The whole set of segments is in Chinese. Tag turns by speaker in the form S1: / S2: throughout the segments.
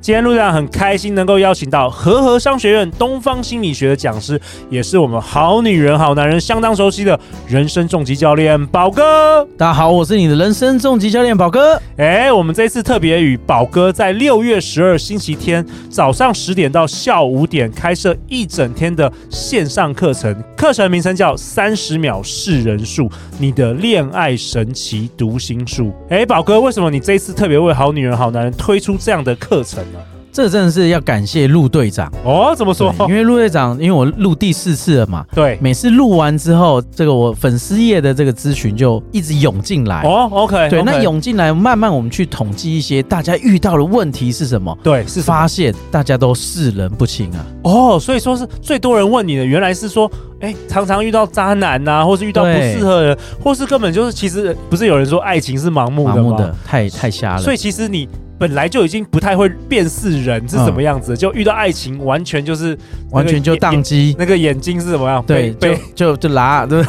S1: 今天陆队长很开心能够邀请到和和商学院东方心理学的讲师，也是我们好女人、好男人相当熟悉的人生重疾教练宝哥。
S2: 大家好，我是你的人生重疾教练宝哥。
S1: 哎，我们这次特别与宝哥在六月十二星期天早上十点到下午五点开设一整天的线上课程，课程名称叫《三十秒是人术：你的恋爱神奇读心术》。哎，宝哥，为什么你这次特别为好女人、好男人推出这样的课程呢、
S2: 这真的是要感谢陆队长，
S1: 哦，怎么说？
S2: 对因为陆队长，因为我录第四次了嘛，
S1: 对，
S2: 每次录完之后，这个我粉丝页的这个咨询就一直涌进来。
S1: 哦，OK，
S2: 对
S1: OK
S2: 那涌进来，慢慢我们去统计一些大家遇到的问题是什么，
S1: 对是发
S2: 发现大家都视人不清啊。
S1: 哦，所以说是最多人问你的，原来是说，哎、常常遇到渣男呐、或是遇到不
S2: 对
S1: 适合的人，或是根本就是其实不是有人说爱情是盲目的
S2: 盲
S1: 吗？
S2: 目的，太太瞎了。
S1: 所以其实你本来就已经不太会辨识人是什么样子的，就遇到爱情完全就是
S2: 完全就
S1: 当
S2: 宕机，
S1: 那个眼睛是什么样？
S2: 对，
S1: 被
S2: 就
S1: 被
S2: 就就拉， 对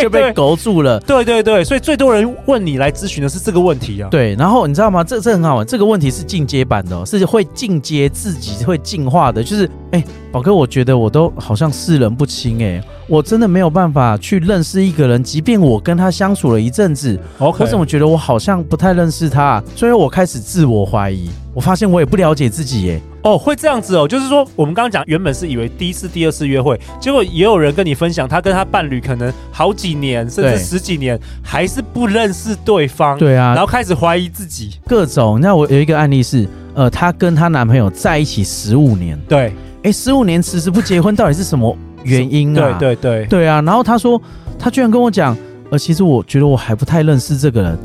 S2: 就被
S1: 对
S2: 勾住了。
S1: 对对对，所以最多人问你来咨询的是这个问题啊。
S2: 对，然后你知道吗？这这很好玩，这个问题是进阶版的、哦，是会进阶自己会进化的。就是，哎，宝哥，我觉得我都好像视人不清，哎，我真的没有办法去认识一个人，即便我跟他相处了一阵子，
S1: OK，
S2: 我怎么觉得我好像不太认识他？所以我开始自我怀疑，我发现我也不了解自己，哎，
S1: 哦，会这样子哦，就是说我们刚刚讲，原本是以为第一次、第二次约会，结果也有人跟你分享，他跟他伴侣可能好几年，甚
S2: 对
S1: 至十几年，还是不认识对方，、
S2: 对啊，
S1: 嗯然
S2: 然
S1: 后
S2: 后
S1: 开始怀疑自己，
S2: 各种。那我有一个案例是，呃，她跟她男朋友在一起十五年，
S1: 对，
S2: 哎，十五年迟迟不结婚，到底是什么原因啊？
S1: 对对对，
S2: 对啊，然后他说，他居然跟我讲，呃，其实我觉得我还不太认识这个人。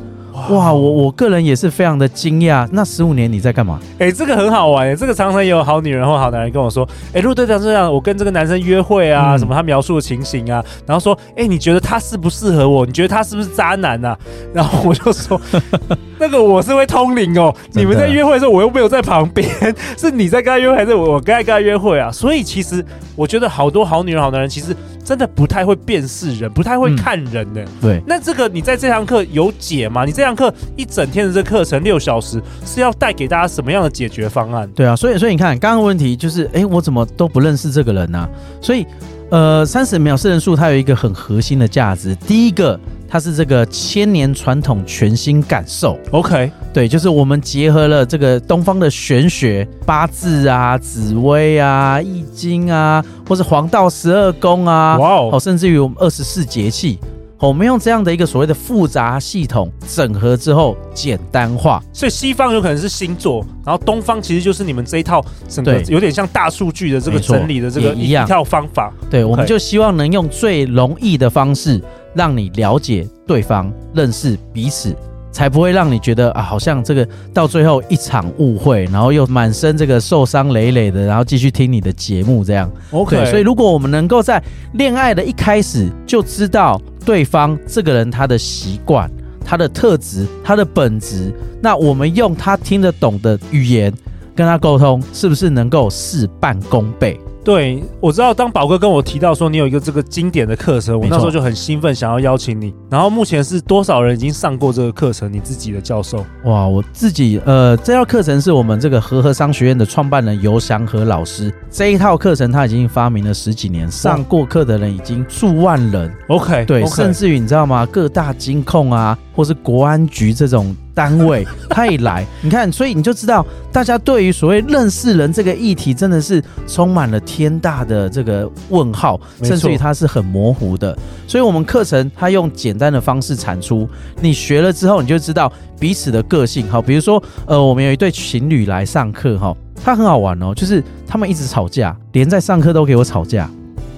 S2: 哇，我我个人也是非常的惊讶。那十五年你在干嘛？
S1: 哎、这个很好玩耶，这个常常也有好女人或好男人跟我说，哎、陆队长这样，我跟这个男生约会啊，
S2: 嗯
S1: 什么他描述的情形啊，然后说，哎、你觉得他适不适合我？你觉得他是不是渣男啊？然后我就说， 那个我是会通灵哦，
S2: 真的
S1: 你们在约会的时候，我又没有在旁边， 是你在跟他约会，还是我该跟他约会啊？所以其实我觉得好多好女人、好男人，其实真的不太会辨识人，不太会
S2: 嗯
S1: 看人呢、
S2: 对，
S1: 那这个你在这堂课有解吗？你这堂课一整天的这课程六小时是要带给大家什么样的解决方案？
S2: 对啊，所以所以你看，刚刚的问题就是，哎，我怎么都不认识这个人呢、所以，呃，三十秒四人术它有一个很核心的价值，第一个，它是这个千年传统全新感受。
S1: OK，
S2: 对，就是我们结合了这个东方的玄学、八字啊、紫微啊、易经啊，或是黄道十二宫啊，
S1: 哇哦
S2: 哦，甚至于我们二十四节气，哦我们用这样的一个所谓的复杂系统整合之后，简单化。
S1: 所以西方有可能是星座，然后东方其实就是你们这一套整个
S2: 对
S1: 有点像大数据的这个
S2: 没错
S1: 整理的这个
S2: 也一
S1: 一
S2: 样
S1: 套方法。
S2: 对，我们就希望能用最容易的方式，让你了解对方、认识彼此，才不会让你觉得啊，好像这个到最后一场误会，然后又满身这个受伤累累的，然后继续听你的节目这样。
S1: OK，
S2: 对，所以如果我们能够在恋爱的一开始就知道对方这个人他的习惯、他的特质、他的本质，那我们用他听得懂的语言跟他沟通，是不是能够事半功倍？
S1: 对，我知道当宝哥跟我提到说你有一个这个经典的课程，我
S2: 没
S1: 那
S2: 错
S1: 时候就很兴奋，想要邀请你。然后目前是多少人已经上过这个课程？你自己的教授
S2: 哇，我自己呃，这套课程是我们这个和和商学院的创办人尤祥和老师，这一套课程他已经发明了十几年，上过课的人已经数万人。
S1: ？OK，
S2: 对
S1: o k
S2: 甚至于你知道吗？各大金控啊，或是国安局这种单位，他也来。你看，所以你就知道，大家对于所谓认识人这个议题，真的是充满了天大的这个问号，
S1: 没错
S2: 甚至于它是很模糊的。所以，我们课程它用简单的方式产出，你学了之后，你就知道彼此的个性。好，比如说，呃，我们有一对情侣来上课，哈，他很好玩哦，就是他们一直吵架，连在上课都给我吵架。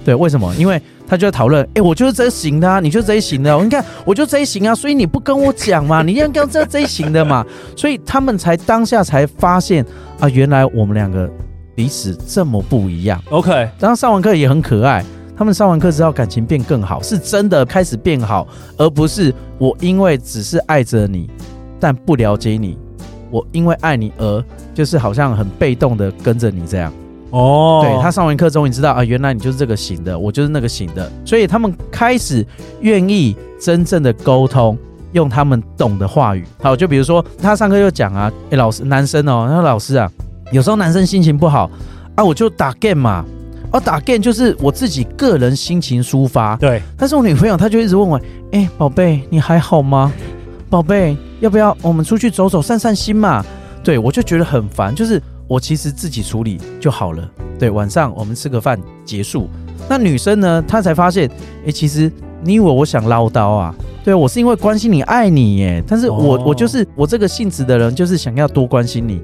S2: 对，为什么？因为他就在讨论，哎、我就是这一型的、啊，你就是这一型的哦，你看我就这一型啊，所以你不跟我讲嘛，你要跟这这一型的嘛，所以他们才当下才发现啊，原来我们两个彼此这么不一样。
S1: OK，
S2: 然后上完课也很可爱，他们上完课之后感情变更好，是真的开始变好，而不是我因为只是爱着你，但不了解你，我因为爱你而就是好像很被动的跟着你这样。
S1: 哦，
S2: 对他上完课之后，你知道啊，原来你就是这个型的，我就是那个型的，所以他们开始愿意真正的沟通。用他们懂的话语，好，就比如说他上课就讲啊，哎、老师，男生哦，他说老师啊，有时候男生心情不好啊，我就打 game 嘛，哦，打 game 就是我自己个人心情抒发，
S1: 对
S2: 但是我女朋友她就一直问我，哎、宝贝，你还好吗？宝贝，要不要我们出去走走散散心嘛？对我就觉得很烦，就是我其实自己处理就好了。对，晚上我们吃个饭结束。那女生呢，她才发现，哎、其实你以为我想唠叨啊？对我是因为关心你、爱你耶，但是我、
S1: 哦
S2: 我就是我这个性子的人，就是想要多关心你，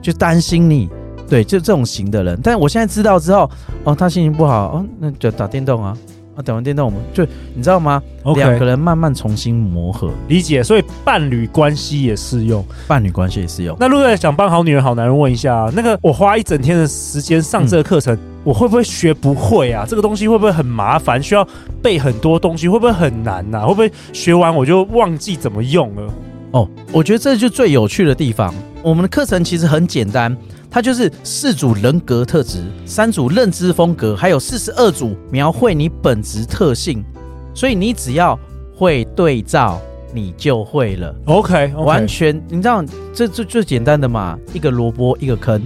S2: 就担心你。对，就这种型的人，但我现在知道之后，哦，他心情不好，哦，那就打电动啊，啊，打完电动我们就你知道吗？两个
S1: ，OK，
S2: 人慢慢重新磨合，
S1: 理解。所以伴侣关系也适用。
S2: 伴侣关系也是有。
S1: 那陆队想帮好女人、好男人问一下、啊，那个我花一整天的时间上这个课程，我会不会学不会啊？这个东西会不会很麻烦？需要背很多东西，会不会很难呐、会不会学完我就忘记怎么用了？
S2: 哦，我觉得这就最有趣的地方。我们的课程其实很简单，它就是四组人格特质、三组认知风格，还有四十二组描绘你本质特性。所以你只要会对照，你就会了。
S1: OK，,
S2: 完全，你知道这这最简单的嘛，一个萝卜一个坑。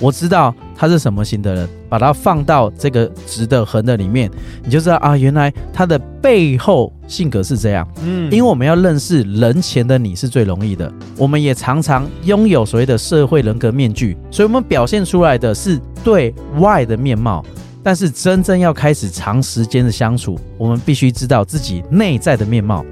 S2: 我知道他是什么型的人，把它放到这个直的横的里面，你就知道啊，原来他的背后性格是这样。
S1: 嗯
S2: 因为我们要认识人前的你是最容易的，我们也常常拥有所谓的社会人格面具，所以我们表现出来的是对外的面貌。但是真正要开始长时间的相处，我们必须知道自己内在的面貌。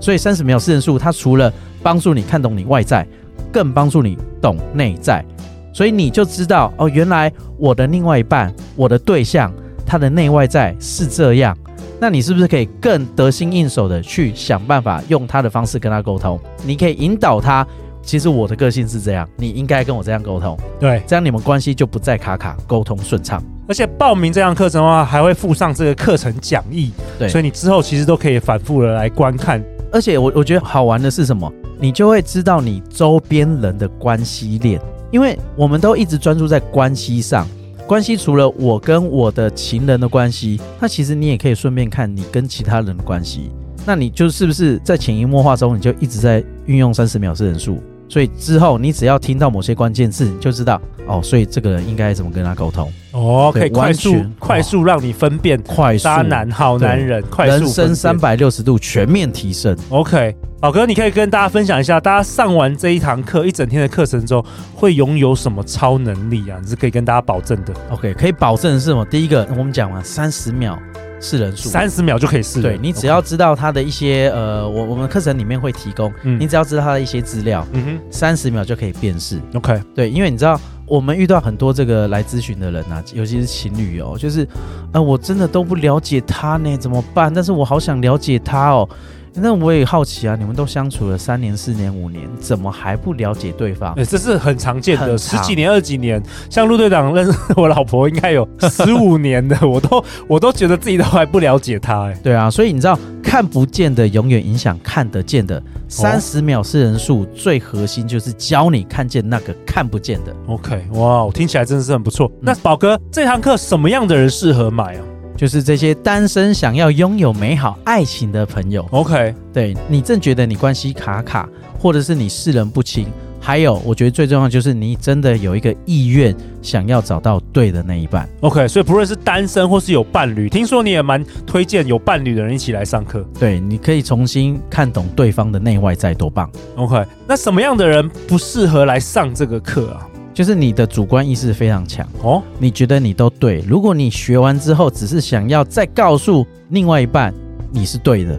S2: 所以三十秒四人术，它除了帮助你看懂你外在，更帮助你懂内在。所以你就知道哦，原来我的另外一半，我的对象，他的内外在是这样。那你是不是可以更得心应手的去想办法用他的方式跟他沟通？你可以引导他，其实我的个性是这样，你应该跟我这样沟通，
S1: 对。
S2: 这样你们关系就不再卡卡，沟通顺畅。
S1: 而且报名这样课程的话，还会附上这个课程讲义，
S2: 对
S1: 所以你之后其实都可以反复的来观看。
S2: 而且我我觉得好玩的是什么？你就会知道你周边人的关系链，因为我们都一直专注在关系上。关系除了我跟我的情人的关系，那其实你也可以顺便看你跟其他人的关系。那你就是不是在潜移默化中，你就一直在运用三十秒是人术？所以之后你只要听到某些关键字，你就知道哦，所以这个人应该怎么跟他沟通，
S1: 哦，
S2: 对
S1: 可以快
S2: 完
S1: 速
S2: 全
S1: 快速让你分辨
S2: 快速
S1: 渣男、好男人，快速
S2: 人生
S1: 分
S2: 三
S1: 辨
S2: 百六十度全面提升。
S1: OK，宝哥，你可以跟大家分享一下，大家上完这一堂课一整天的课程之后，会拥有什么超能力啊？你是可以跟大家保证的，
S2: OK，可以保证的是什么？第一个，我们讲完三十秒是人数，
S1: 三十秒就可以试了。
S2: 对你只要知道它的一些呃，我我们课程里面会提供，
S1: 嗯
S2: 你只要知道它的一些资料，
S1: 嗯
S2: 三十秒就可以辨识。
S1: 哼，OK，
S2: 对，因为你知道我们遇到很多这个来咨询的人啊，尤其是情侣哦，就是呃，我真的都不了解他呢，怎么办？但是我好想了解他哦。那我也好奇啊，你们都相处了三年、四年、五年，怎么还不了解对方
S1: 哎、？这是很常见的，
S2: 很
S1: 十
S2: 长
S1: 几年、二十几年，像陆队长认识我老婆应该 有十五年的，我都我都觉得自己都还不了解她、哎，
S2: 对啊，所以你知道，看不见的永远影响看得见的。三十秒是人数最核心，就是教你看见那个看不见的，
S1: OK，哇，听起来真的是很不错。
S2: 嗯
S1: 那宝哥，这堂课什么样的人适合买啊
S2: 就是这些单身想要拥有美好爱情的朋友。
S1: ？OK，
S2: 对你正觉得你关系卡卡，或者是你世人不清，还有我觉得最重要就是你真的有一个意愿想要找到对的那一半。
S1: OK，所以不论是单身或是有伴侣，听说你也蛮推荐有伴侣的人一起来上课。
S2: 对，你可以重新看懂对方的内外在，多棒！
S1: OK，那什么样的人不适合来上这个课啊？
S2: 就是你的主观意识非常强。
S1: 哦，
S2: 你觉得你都对。如果你学完之后只是想要再告诉另外一半你是对的，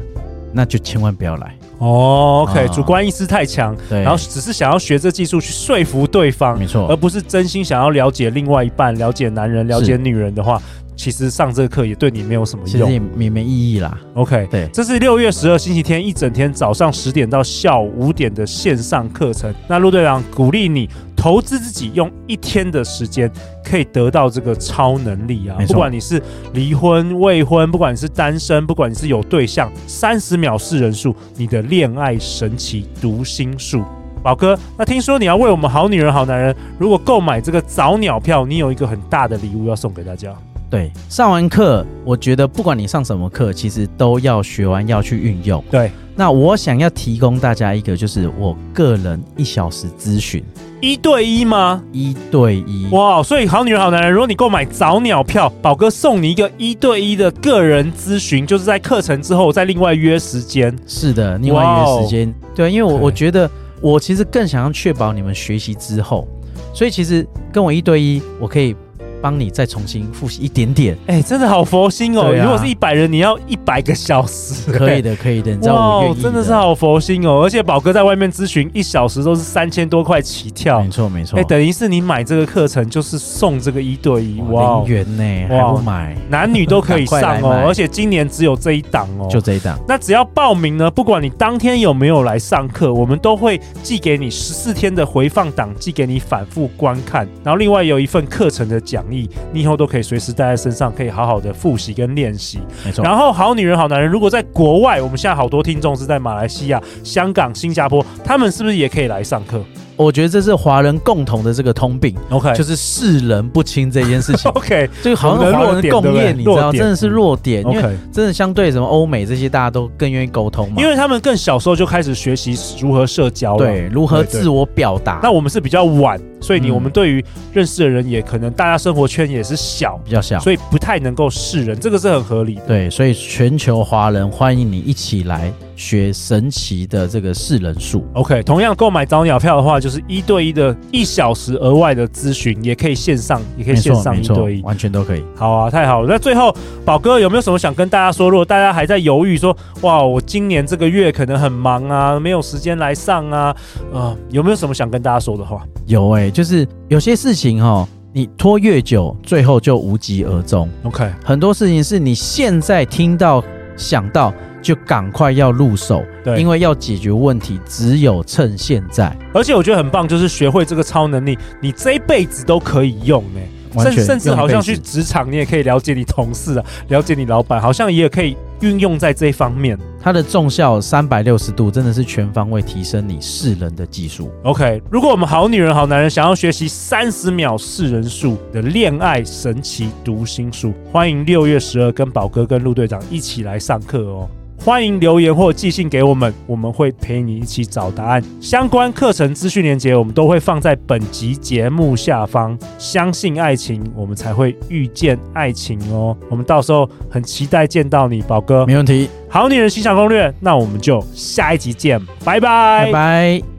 S2: 那就千万不要来。
S1: 哦，OK，
S2: 啊
S1: 主观意识太强，
S2: 对
S1: 然后只是想要学这技术去说服对方，
S2: 没错
S1: 而不是真心想要了解另外一半、了解男人、了解
S2: 是
S1: 女人的话，其实上这个课也对你没有什么
S2: 其实也
S1: 用。
S2: 也没意义啦。
S1: OK，
S2: 对
S1: 这是六月十二星期天一整天早上十点到下午五点的线上课程。那陆队长鼓励你投资自己，用一天的时间可以得到这个超能力啊
S2: 没！错
S1: 不管你是离婚、未婚，不管你是单身，不管你是有对象，三十秒是人数，你的恋爱神奇读心术。宝哥，那听说你要为我们好女人、好男人，如果购买这个早鸟票，你有一个很大的礼物要送给大家。
S2: 对，上完课，我觉得不管你上什么课，其实都要学完要去运用。
S1: 对，
S2: 那我想要提供大家一个，就是我个人一小时咨询，
S1: 一对一吗？
S2: 一对一。
S1: 哇，所以好女人好男人，如果你购买早鸟票，宝哥送你一个一对一的个人咨询，就是在课程之后再另外约时间。
S2: 是的，另外一个时间，对，因为我
S1: OK
S2: 我觉得我其实更想要确保你们学习之后，所以其实跟我一对一，我可以帮你再重新复习一点点，
S1: 哎、真的好佛心哦！
S2: 对啊
S1: 如果是一百人，你要一百个小时、
S2: 可以
S1: 的。
S2: 的，可以的，你知道我
S1: 哇哦
S2: 愿，意
S1: 真的是好佛心哦！而且宝哥在外面咨询一小时都是三千多块起跳
S2: 没，错没错，
S1: 哎、等于是你买这个课程就是送这个一对一，哇哦
S2: 哇，零，元呢，
S1: 哇
S2: 还不买，
S1: 男女都可以
S2: 赶快来
S1: 上哦
S2: 买，
S1: 而且今年只有这一档哦，
S2: 就这一档，
S1: 那只要报名呢，不管你当天有没有来上课，我们都会寄给你十四天的回放档，寄给你反复观看。然后另外有一份课程的讲义，你以后都可以随时带在身上，可以好好的复习跟练习。
S2: 没错，
S1: 然后好女人好男人，如果在国外，我们现在好多听众是在马来西亚、香港、新加坡，他们是不是也可以来上课
S2: 我觉得这是华人共同的这个通病，
S1: ？OK，
S2: 就是视人不清这件事 情。
S1: OK
S2: 这个好
S1: 我们
S2: 像
S1: 的
S2: 华
S1: 弱
S2: 人
S1: 点
S2: 共
S1: 对不对
S2: 业，你知
S1: 弱
S2: 道，
S1: 点
S2: 真的是弱点，因为
S1: OK，
S2: 真的相对什么欧美这些，大家都更愿意沟通嘛。
S1: 因为他们更小时候就开始学习如何社交了。
S2: 对如何
S1: 对对
S2: 自我表达，
S1: 那我们是比较晚，所以你、
S2: 嗯
S1: 我们对于认识的人也可能大家生活圈也是小，
S2: 比较小。
S1: 所以不太能够示人，这个是很合理的。
S2: 对，所以全球华人欢迎你一起来学神奇的这个四人术。
S1: OK，同样购买早鸟票的话，就是一对一的一小时额外的咨询，也可以线上，也可以
S2: 没
S1: 线
S2: 错，
S1: 上
S2: 没
S1: 一
S2: 错
S1: 对一，。
S2: 完全都可以。
S1: 好啊，太好了。那最后，宝哥有没有什么想跟大家说？如果大家还在犹豫说，哇，我今年这个月可能很忙啊，没有时间来上啊，啊、有没有什么想跟大家说的话？
S2: 有哎、就是有些事情哈、你拖越久，最后就无疾而终。
S1: OK，
S2: 很多事情是你现在听到、想到就赶快要入手，
S1: 对
S2: 因为要解决问题，只有趁现在。
S1: 而且我觉得很棒，就是学会这个超能力，你这一辈子都可以用呢、
S2: 完
S1: 甚
S2: 全
S1: 甚至
S2: 用一
S1: 好像
S2: 辈
S1: 去职
S2: 子
S1: 场，你也可以了解你同事啊，了解你老板，好像也可以运用在这一方面。
S2: 它的重效三百六十度，真的是全方位提升你世人的技术。
S1: OK，如果我们好女人、好男人想要学习三十秒识人术的恋爱神奇读心术，欢迎六月十二跟宝哥跟陆队长一起来上课哦。欢迎留言或寄信给我们，我们会陪你一起找答案。相关课程资讯连接我们都会放在本集节目下方。相信爱情，我们才会遇见爱情哦。我们到时候很期待见到你，宝哥。
S2: 没问题，
S1: 好女人欣赏攻略，那我们就下一集见，拜拜
S2: 拜拜。